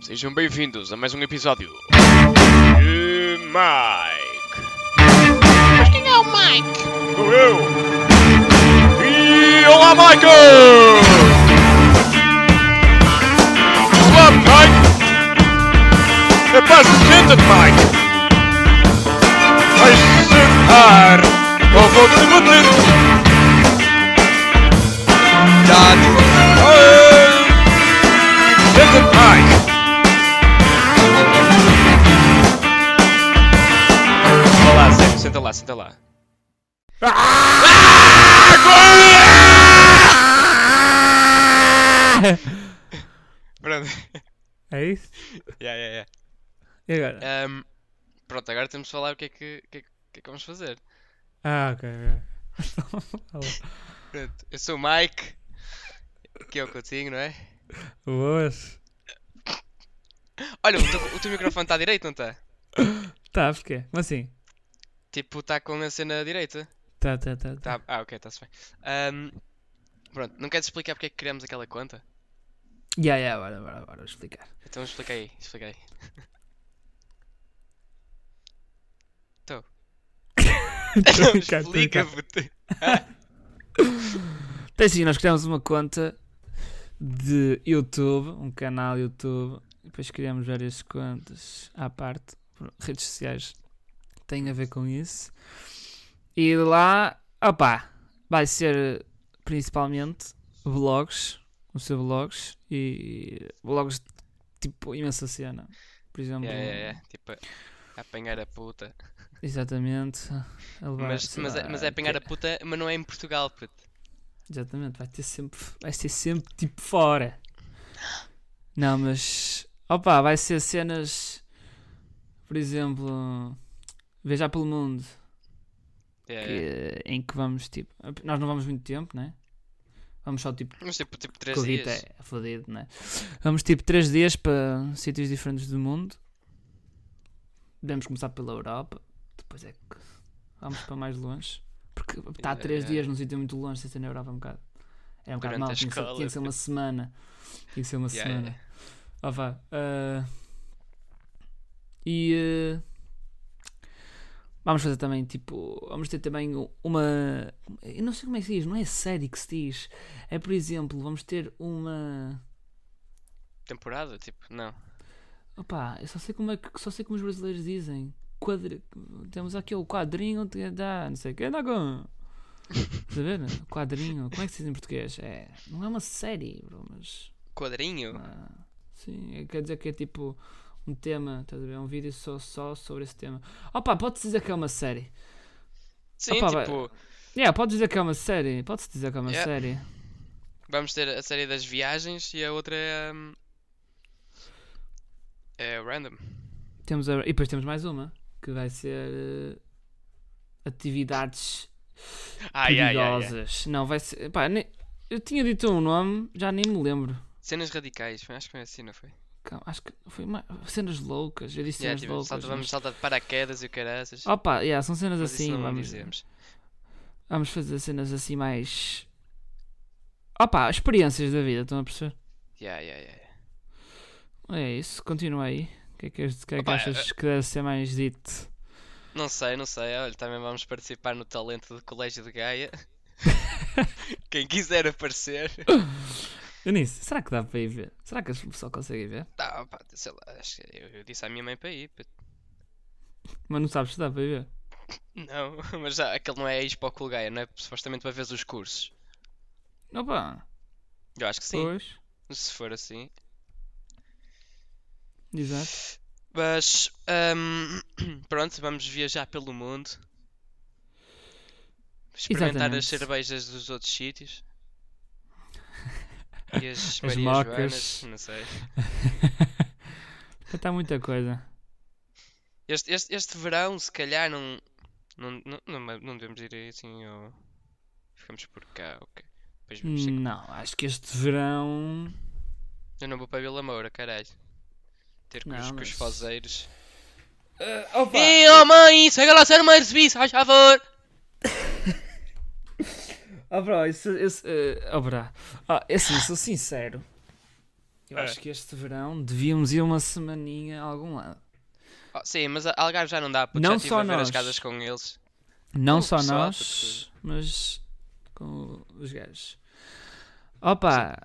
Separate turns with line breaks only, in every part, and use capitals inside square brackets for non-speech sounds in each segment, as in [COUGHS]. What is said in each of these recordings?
Sejam bem-vindos a mais um episódio de Mike.
Mas quem é o Mike?
Sou eu. E olá, Michael! Olá, Mike! É paz gente, Mike! Vais sentar ou vou-te bater! Dado! Senta, Mike! Senta lá, Zé, senta lá, senta lá. Pronto.
É isso?
Yeah, yeah, yeah.
E agora?
Ahm, pronto, agora temos de falar o que é que, o que, é que- o que é que vamos fazer.
Ah, ok, ok.
Pronto, eu sou o Mike, que é o Coutinho, não é?
Boas.
Olha, o teu, o teu microfone está à direita, não tá? está?
Tá, porquê? Como assim?
Tipo, está com a cena à direita.
Tá, tá, tá. tá.
Tá, ah, ok, está-se bem. Ahm, pronto, não queres explicar porque é que criamos aquela conta?
Ya, ya, bora, bora, bora, vou explicar.
Então explica aí, explica aí. Então.
Estou a brincar, estou a
explica,
brincar.
puto.
Então assim, nós criamos uma conta de YouTube, um canal YouTube, depois criamos várias contas à parte, por- redes sociais que têm a ver com isso. E lá, opá, vai ser principalmente blogs, o seu blogs e blogs de, tipo imensa cena. Por exemplo,
Yeah, yeah, yeah. Tipo, a apanhar a puta.
exatamente. a levar,
Mas,
sei
mas, é,
lá,
mas é apanhar a
que-
puta, mas não é em Portugal, puto.
Exatamente, vai ter sempre, vai ser sempre tipo fora. Não, mas opa, vai ser cenas, por exemplo, viajar pelo mundo,
Yeah, yeah.
que- em que vamos tipo, nós não vamos muito tempo, né? Vamos só tipo,
Mas tipo, tipo 3
Covid
dias.
é fodido, né? Vamos tipo 3 dias para sítios diferentes do mundo. Devemos começar pela Europa, depois é que vamos para mais longe, porque está
Yeah,
3
yeah.
dias num sítio muito longe, sem ser na Europa é um bocado. É um bocado
É. Durante
mal,
a
tinha que, ser,
escola, tipo.
tinha que ser uma semana. Tinha que ser uma
[LAUGHS] Yeah,
semana.
yeah.
Ó vá, ah, e ah, vamos fazer também, tipo, vamos ter também u- uma. Eu não sei como é que se diz, não é série que se diz. É, por exemplo, vamos ter uma.
Temporada? Tipo, não.
Opa, eu só sei como é que só sei como os brasileiros dizem. Quadri... Temos aqui o quadrinho de- da não sei o que da com. Estás a ver? Quadrinho. Como é que se diz em português? É, não é uma série, bro, mas.
Quadrinho?
Ah, sim, é- quer dizer que é tipo um tema, estás a ver? Um vídeo só, só sobre esse tema. Opa, pode-se dizer que é uma série.
Sim,
Opa, vai-
tipo,
Yeah, pode dizer que é uma série. Pode-se dizer que é uma
Yeah.
série.
vamos ter a série das viagens e a outra é. hum, É random.
Temos a- E depois temos mais uma, que vai ser eh, atividades
Ai, ai, ai, ai.
perigosas. Não, vai ser. Pá, nem- eu tinha dito um nome, já nem me lembro.
Cenas radicais, foi- acho que foi assim, não foi?
Calma, Acho que foi mais... cenas loucas. Eu disse
Yeah,
cenas
tipo,
loucas.
salta,
mas-
vamos saltar de paraquedas e o caraças.
Opa, yeah, são cenas
mas
assim.
isso não
vamos...
dizemos.
Vamos fazer cenas assim mais. Opa, experiências da vida, estão a perceber?
Yeah, yeah, yeah.
É isso, continua aí. O que é que, és- o que, é que
Opa,
achas que deve ser mais dito?
Não sei, não sei. Olha, também vamos participar no talento do Colégio
[LAUGHS]
de Gaia. Quem quiser aparecer.
Eu nem sei, será que dá para ir ver? Será que as pessoas conseguem ver?
Tá, pá, sei lá, acho que eu, eu disse à minha mãe para ir. puto.
Mas não sabes se dá para ir ver.
Não, [LAUGHS] mas já, aquele não é Expo Colgaia, não é supostamente para ver os cursos.
Opa,
Eu acho que sim,
pois,
se for assim.
exato.
Mas, ahm, [CLEARS THROAT] pronto, vamos viajar pelo mundo. Experimentar as
Exatamente.
cervejas dos outros sítios.
[LAUGHS]
E as
As
Maria
mocas.
Joanas, não sei.
Já está muita coisa.
Este, este, este verão, se calhar, não, não, não, não, não devemos ir assim ou... Ficamos por cá, ok. Depois vemos se-
Não, acho que este verão.
Eu não vou para Vila Moura, caralho. Ter com, os,
Não,
com os
mas-
fazeiros.
eh, opa!
Ei, oh mãe, segue lá ser mais serviço, faz favor!
Oh, bro, isso, isso, eh, oh, bro. Ah, é assim, sou sincero. Eu
É.
acho que este verão devíamos ir uma semaninha a algum lado.
Oh, sim, mas a- Algarve já não dá, puto.
Não
já estive
só
a ver
nós.
as casas com eles.
Não
o
só
pessoal,
nós, mas com os gajos. Opa,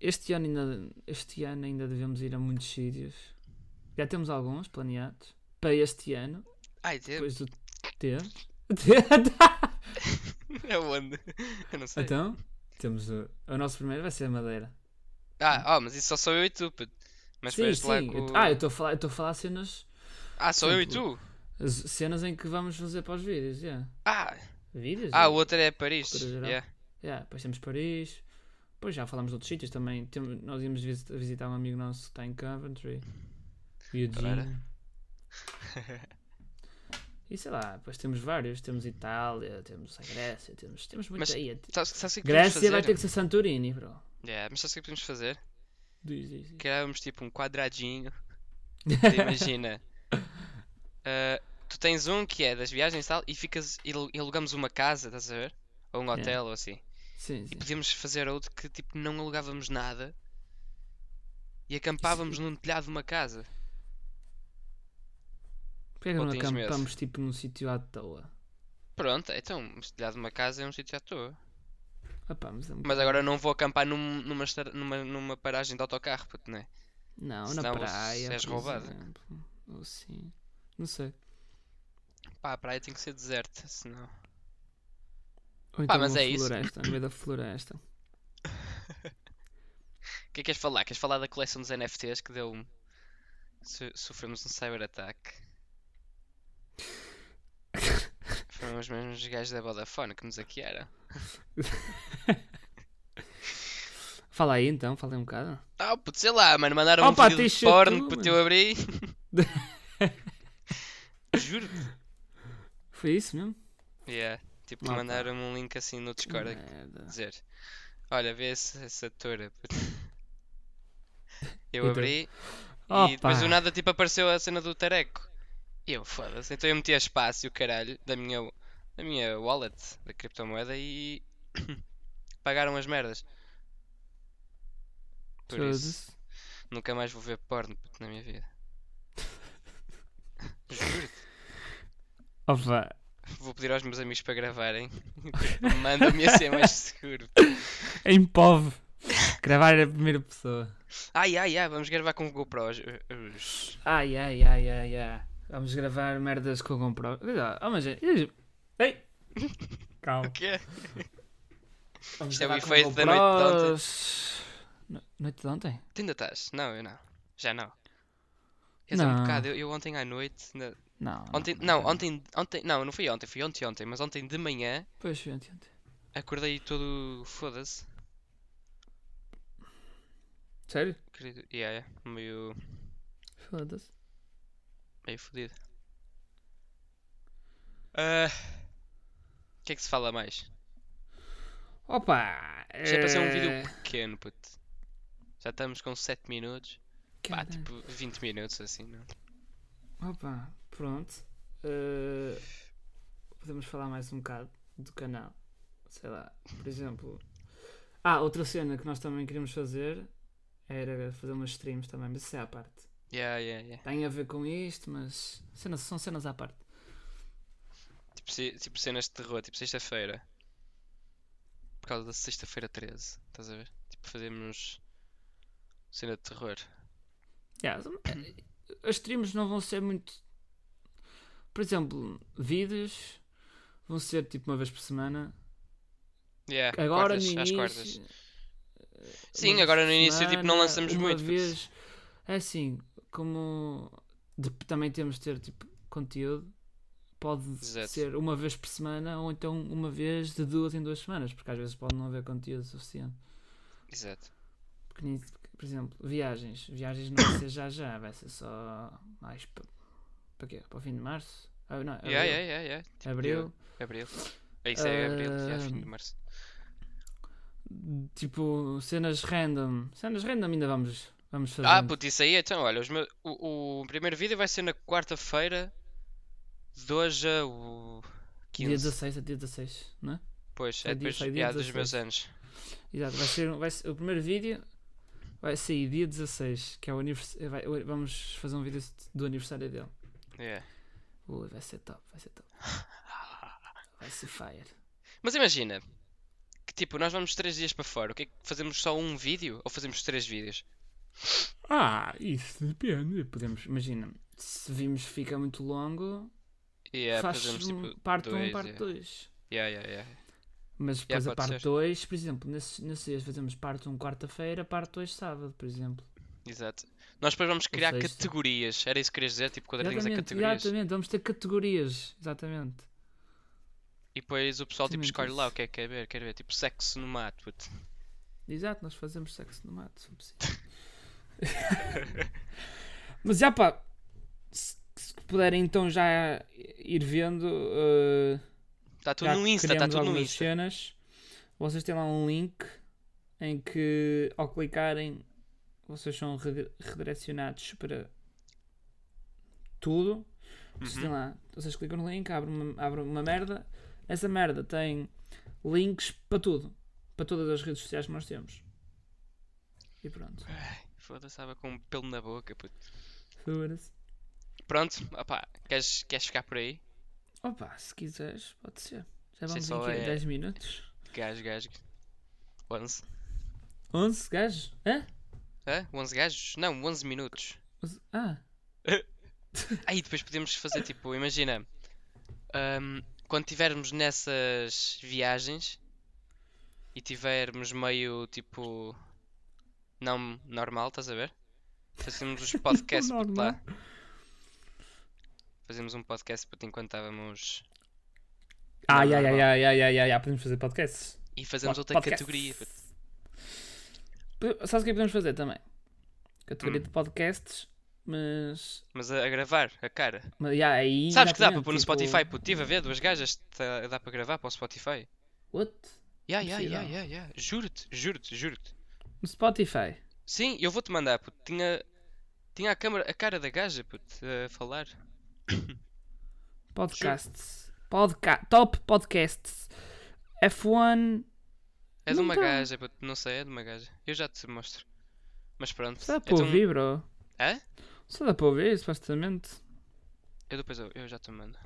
este ano, ainda, este ano ainda devemos ir a muitos sítios. Já temos alguns planeados para este ano,
Ai,
depois
Deus,
do tempo.
[LAUGHS] é onde? Eu não
[LAUGHS]
sei.
então, temos o, o nosso primeiro vai ser a Madeira.
Ah, oh, mas isso só sou eu e tu, puto. Mas
sim,
parece lá
sim.
com
eu-
o-
Ah, eu estou a falar, eu estou a falar cenas,
Ah, sou eu e
Tipo-
tu?
as cenas em que vamos fazer para os vídeos, yeah.
Ah,
Vídeos?
ah,
yeah.
o outro é Paris.
Cultura geral.
Yeah.
Yeah, depois temos Paris. Depois já falámos de outros sítios também. Tem- nós íamos visit- visitar um amigo nosso que está em Coventry.
[LAUGHS]
Eugene. E sei lá, depois temos vários. Temos Itália, temos a Grécia, temos, temos muito
Mas-
aí.
Sabes sabes o que podemos
Grécia vai
fazer?
ter que ser Santorini, bro.
Yeah, mas sabes o que podemos fazer?
Diz, diz, diz.
Criávamos tipo um quadradinho. é
[LAUGHS]
Imagina. ah, tu tens um que é das viagens e tal e ficas e alu- e alugamos uma casa, estás a ver? Ou um
Yeah.
hotel ou assim.
Sim,
E
sim.
podíamos fazer outro que tipo não alugávamos nada e acampávamos num telhado de uma casa.
Porquê é que não
Ou tens medo?
acampamos tipo num sítio à toa?
Pronto, então, um telhado de uma casa é um sítio à toa.
Opá, mas é um-
Mas agora eu não vou acampar num- numa, estra- numa, numa paragem de autocarro, puto, não é?
Não, na
senão
praia.
és
por
roubado.
exemplo. Ou sim. Não sei.
Pá, a praia tem que ser deserta, senão.
Ou então
mas
uma
é isso.
floresta, no meio da floresta.
O que é que queres falar? Queres falar da coleção dos NFTs que deu. um- su- Sofremos um cyber-ataque. Foram os mesmos gajos da Vodafone que nos hackearam.
Fala aí então, fala aí um bocado.
Ah, puto, sei lá, mano, mandaram um
Opa,
vídeo de
tens ser
porno,
tu,
puto, eu abri.
[LAUGHS]
Juro.
Foi isso mesmo?
Yeah, tipo,
Ah, pá.
mandaram-me um link assim no Discord a
Merda.
dizer: Olha, vê esse- essa toura,
[LAUGHS]
puto. Eu
Então.
abri
Opa.
e depois do nada, tipo, apareceu a cena do Tareco. E eu, foda-se, então eu meti a espaço e o caralho da minha, da minha wallet, da criptomoeda e. [COUGHS] pagaram as merdas. Por isso.
Foda-se.
Nunca mais vou ver porno puto, na minha vida. Juro-te.
Opa.
Vou pedir aos meus amigos para gravarem. Manda-me a ser mais seguro.
Em POV. Gravar a primeira pessoa.
Ai, ai, ai, vamos gravar com o GoPro. hoje. Os-
Ai, ai, ai, ai, ai. Vamos gravar merdas com o GoPro. Oh, mas... é- Ei! Calma.
O quê?
Vamos
Isto é o
gravar com
efeito da noite de ontem.
GoPros. No- Noite de ontem?
Tu ainda estás? Não, eu não. Já não. Quer dizer, um
Não.
bocado. Eu, eu ontem à noite. na-
Não.
Ontem, não, ontem, ontem. Não, não foi ontem, foi ontem, ontem. Mas ontem de manhã
Pois, foi ontem, ontem.
acordei todo. Foda-se.
Sério?
Querido. Yeah, yeah, meio.
Foda-se.
meio fodido. Ah, O que é que se fala mais?
Opa!
Isto é para ser um
eh,
vídeo pequeno, puto. Já estamos com 7 minutos. Pá,
caralho.
tipo 20 minutos assim, não?
Opa, pronto. Eh, podemos falar mais um bocado do canal. Sei lá, por exemplo. Ah, outra cena que nós também queríamos fazer era fazer umas streams também, mas isso é à parte.
Yeah, yeah, yeah.
Tem a ver com isto, mas cenas, são cenas à parte.
Tipo, ce- tipo cenas de terror, tipo sexta-feira. Por causa da sexta-feira 13, estás a ver? Tipo, fazemos cena de terror.
Yeah, são- as streams não vão ser muito. Por exemplo, vídeos vão ser tipo uma vez por semana.
Yeah,
Agora
quartas,
no
às
início, eh,
quartas.
uma
Sim,
vez
agora
por
no início tipo não
semana,
lançamos
uma
muito. puto.
Vez, é assim, como de- também temos de ter tipo conteúdo, pode
Exato.
ser uma vez por semana ou então uma vez de duas em duas semanas, porque às vezes pode não haver conteúdo suficiente.
Exato.
Porque, nem- por exemplo, viagens. Viagens não vai ser já já, vai ser só mais pa- para quê? Para o fim de março? Ah, não, abril.
Yeah, yeah, yeah, yeah. Tipo,
Abril.
Abril. É isso, é abril, já fim de
Ah,
março.
Tipo, cenas random. Cenas random ainda vamos, vamos fazer.
Ah, puto, isso aí, então, olha, os meus- o, o primeiro vídeo vai ser na quarta-feira, de hoje a o
dia
15.
16 a dia 16, não é?
Pois,
Sai
é
dia-
depois
sai dia
yeah, dos meus
16.
anos.
Exato, vai ser, vai ser- o primeiro vídeo. vai Vai sair dia 16, que é o aniversário. vai- Vamos fazer um vídeo do aniversário dele.
Yeah.
Ui, vai ser top, vai ser
[LAUGHS]
top. Vai ser fire.
Mas imagina que tipo, nós vamos três dias para fora. O que é que fazemos só um vídeo ou fazemos três vídeos?
Ah, isso depende. Podemos, imagina, se vimos que fica muito longo,
Yeah,
faz
fazemos
um-
tipo
parte 1,
dois,
parte
yeah.
2.
Yeah, yeah, yeah.
Mas depois a
pode
parte
ser.
2, por exemplo, nesses, nesses dias fazemos parte 1 quarta-feira, parte 2 sábado, por exemplo.
Exato. Nós depois vamos criar
sexta.
categorias. Era isso que querias dizer? Tipo, quadradinhos a
Exatamente,
categorias.
exatamente, vamos ter categorias, exatamente.
E depois o pessoal tipo,
Exatamente
escolhe lá
isso.
o que é que quer ver. Quer ver tipo sexo no mato. puto.
Exato, nós fazemos sexo no mato, se for possível. Mas já pá, se, se puderem então já ir vendo, eh,
Está Tá tudo
já
no Insta, está
criamos
tudo no
algumas
Insta.
cenas. Vocês têm lá um link em que ao clicarem vocês são rede- redirecionados para tudo.
Uhum.
Vocês têm lá, vocês clicam no link, abrem uma, abrem uma merda. Essa merda tem links para tudo, para todas as redes sociais que nós temos. E pronto.
Ai, Foda-se, estava com um pelo na boca. puto.
Foda-se.
Pronto, opá, queres, queres ficar por aí?
Opa, se quiseres, pode ser. Já
Sim,
vamos
só
em quê?
é-
10 minutos?
Gajo, gajo. 11.
11 gajos? Hã?
Hã? 11 gajos? Não, 11 minutos.
Onze- Ah,
Aí depois podemos fazer tipo, imagina, ahm, quando tivermos nessas viagens e tivermos meio tipo não normal, estás a ver? Fazemos [LAUGHS] os podcasts por lá.
normal.
Fazemos um podcast puto, enquanto estávamos
Ah,
Não,
já,
não,
já,
não.
já, já, já, já, já, podemos fazer podcasts.
e fazemos
Po-
outra
podcasts.
categoria. puto.
Pode- Sabes o que é que podemos fazer também?
Hum.
Categoria de podcasts, mas.
Mas a, a gravar, a cara.
mas já, aí,
Sabes que dá para
exatamente,
pôr no
tipo,
Spotify? Puto, tive a ver duas gajas, tá- dá para gravar para o Spotify.
What?
Ya, ya, ya,
Impossível.
ya, ya. Juro-te, juro-te, juro-te.
No Spotify.
Sim, eu vou-te mandar, puto. Tinha, tinha a, câmara, a cara da gaja, puto, a falar.
Podcasts. Podca top podcasts. F1.
É de
Não
uma
tá.
gaja, puto. Não sei, é de uma gaja. Eu já te mostro. Mas pronto.
Só dá para
então-
ouvir, bro.
Hã?
Só dá para ouvir, supostamente.
Eu depois eu, eu já te mando.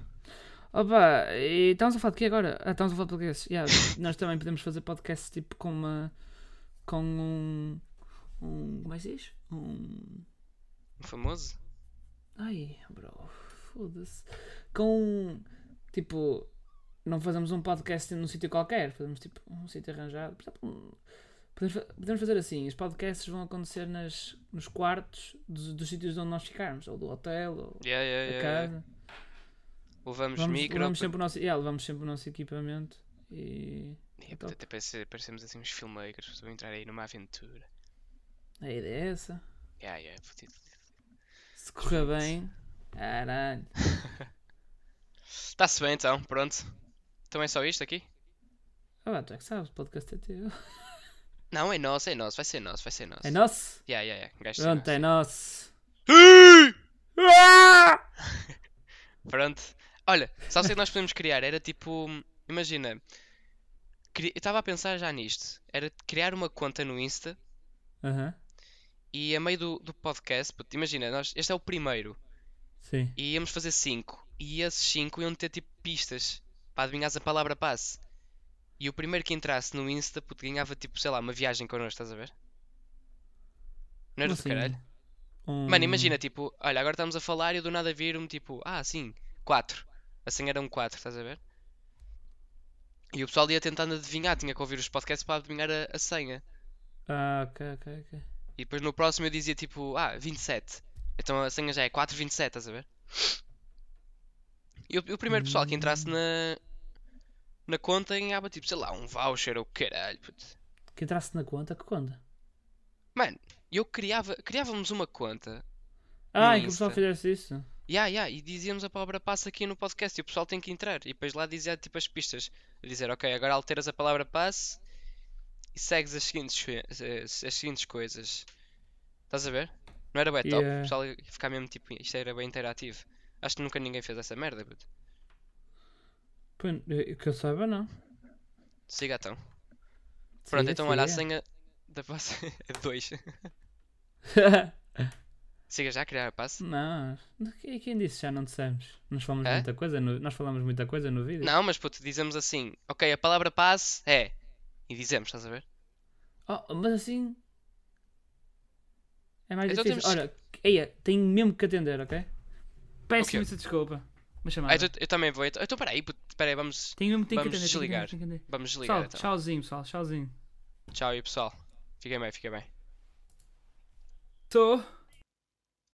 Opa, e estamos a falar de quê agora? Ah, estamos a falar de podcasts. Yeah, [LAUGHS] nós também podemos fazer podcasts tipo com uma. com um. um como é que se diz? Um.
Um famoso?
Ai, bro, foda-se. Com. um, Tipo, não fazemos um podcast num sítio qualquer, fazemos tipo um sítio arranjado. Por exemplo, um, Podemos, fa- podemos fazer assim: os podcasts vão acontecer nas, nos quartos dos, dos sítios onde nós ficarmos, ou do hotel, ou
Yeah, yeah,
da
yeah, yeah.
casa.
Levamos
Vamos,
É, micro.
levamos
puto.
sempre o nosso, yeah, levamos sempre o nosso equipamento e.
Yeah, puto,
top.
até parece, parecemos assim uns filmmakers. Estou a entrar aí numa aventura.
A ideia é essa.
Yeah, yeah, puto.
Se correr bem, caralho.
Está-se bem então, pronto. Então é só isto aqui?
Ah, pá, tu é que sabes, o podcast é
[LAUGHS]
teu.
Não, é nosso, é nosso, vai ser nosso, vai ser nosso.
É nosso?
Yeah, yeah, yeah. Gajo
Pronto,
ser
é nosso.
nosso.
Ah!
Pronto. Olha, sabes o que é que nós podemos criar? Era tipo, imagina, cri- eu estava a pensar já nisto. Era criar uma conta no Insta
Aham,
e a meio do, do podcast, puto, imagina, nós, este é o primeiro
sim.
e íamos fazer cinco e esses cinco iam ter tipo pistas para adivinhares a palavra passe. E o primeiro que entrasse no Insta, puto, ganhava tipo, sei lá, uma viagem connosco, estás a ver? Não
Como
era do
assim?
caralho?
Um-
Mano, imagina, tipo, olha, agora estamos a falar e do nada vir-me tipo, ah, sim, 4. Assim eram 4, estás a ver? E o pessoal ia tentando adivinhar, tinha que ouvir os podcasts para adivinhar a, a senha.
Ah, ok, ok, ok.
E depois no próximo eu dizia tipo, ah, 27. Então a senha já é 427, estás a ver? E o, e o primeiro pessoal que entrasse na, na conta ganhava tipo, sei lá, um voucher ou caralho, puto.
Que entrasse na conta? Que conta?
Mano, eu criava, criávamos uma conta.
Ah,
No
em que o pessoal
Insta.
fizesse isso?
Ya, ya, e dizíamos a palavra passe aqui no podcast e o pessoal tem que entrar. E depois lá dizer tipo as pistas. Dizer, ok, agora alteras a palavra passe e segues as seguintes, fe- as, as seguintes coisas. Estás a ver? Não era bem top.
Yeah.
O pessoal ia ficar mesmo tipo, isto era bem interativo. Acho que nunca ninguém fez essa merda, puto.
Pô, eu- que eu saiba, não.
Siga então. Pronto,
Siga, [LAUGHS]
então olha, a
siga.
[LAUGHS] senha da passe é 2. Siga já a criar a passe?
não, não- quem quem disse já não dissemos? Nós falamos
É?
muita coisa, no- nós falamos muita coisa no vídeo.
Não, mas puto, dizemos assim, ok, a palavra passe é. E dizemos, estás a ver?
Oh, mas assim. É mais
Então
difícil.
temos-
Olha, eia, tenho mesmo que atender, ok? Peço
Ok.
imensa desculpa. Uma chamada.
Ah, então- eu também vou. Então, então peraí, puto, peraí, vamos,
Tenho mesmo tenho que
vamos
atender. tenho que atender,
desligar.
tenho que atender.
vamos desligar
Pessoal,
então.
tchauzinho, pessoal, tchauzinho.
Tchau aí pessoal. Fiquem bem, fiquem bem.
Tô.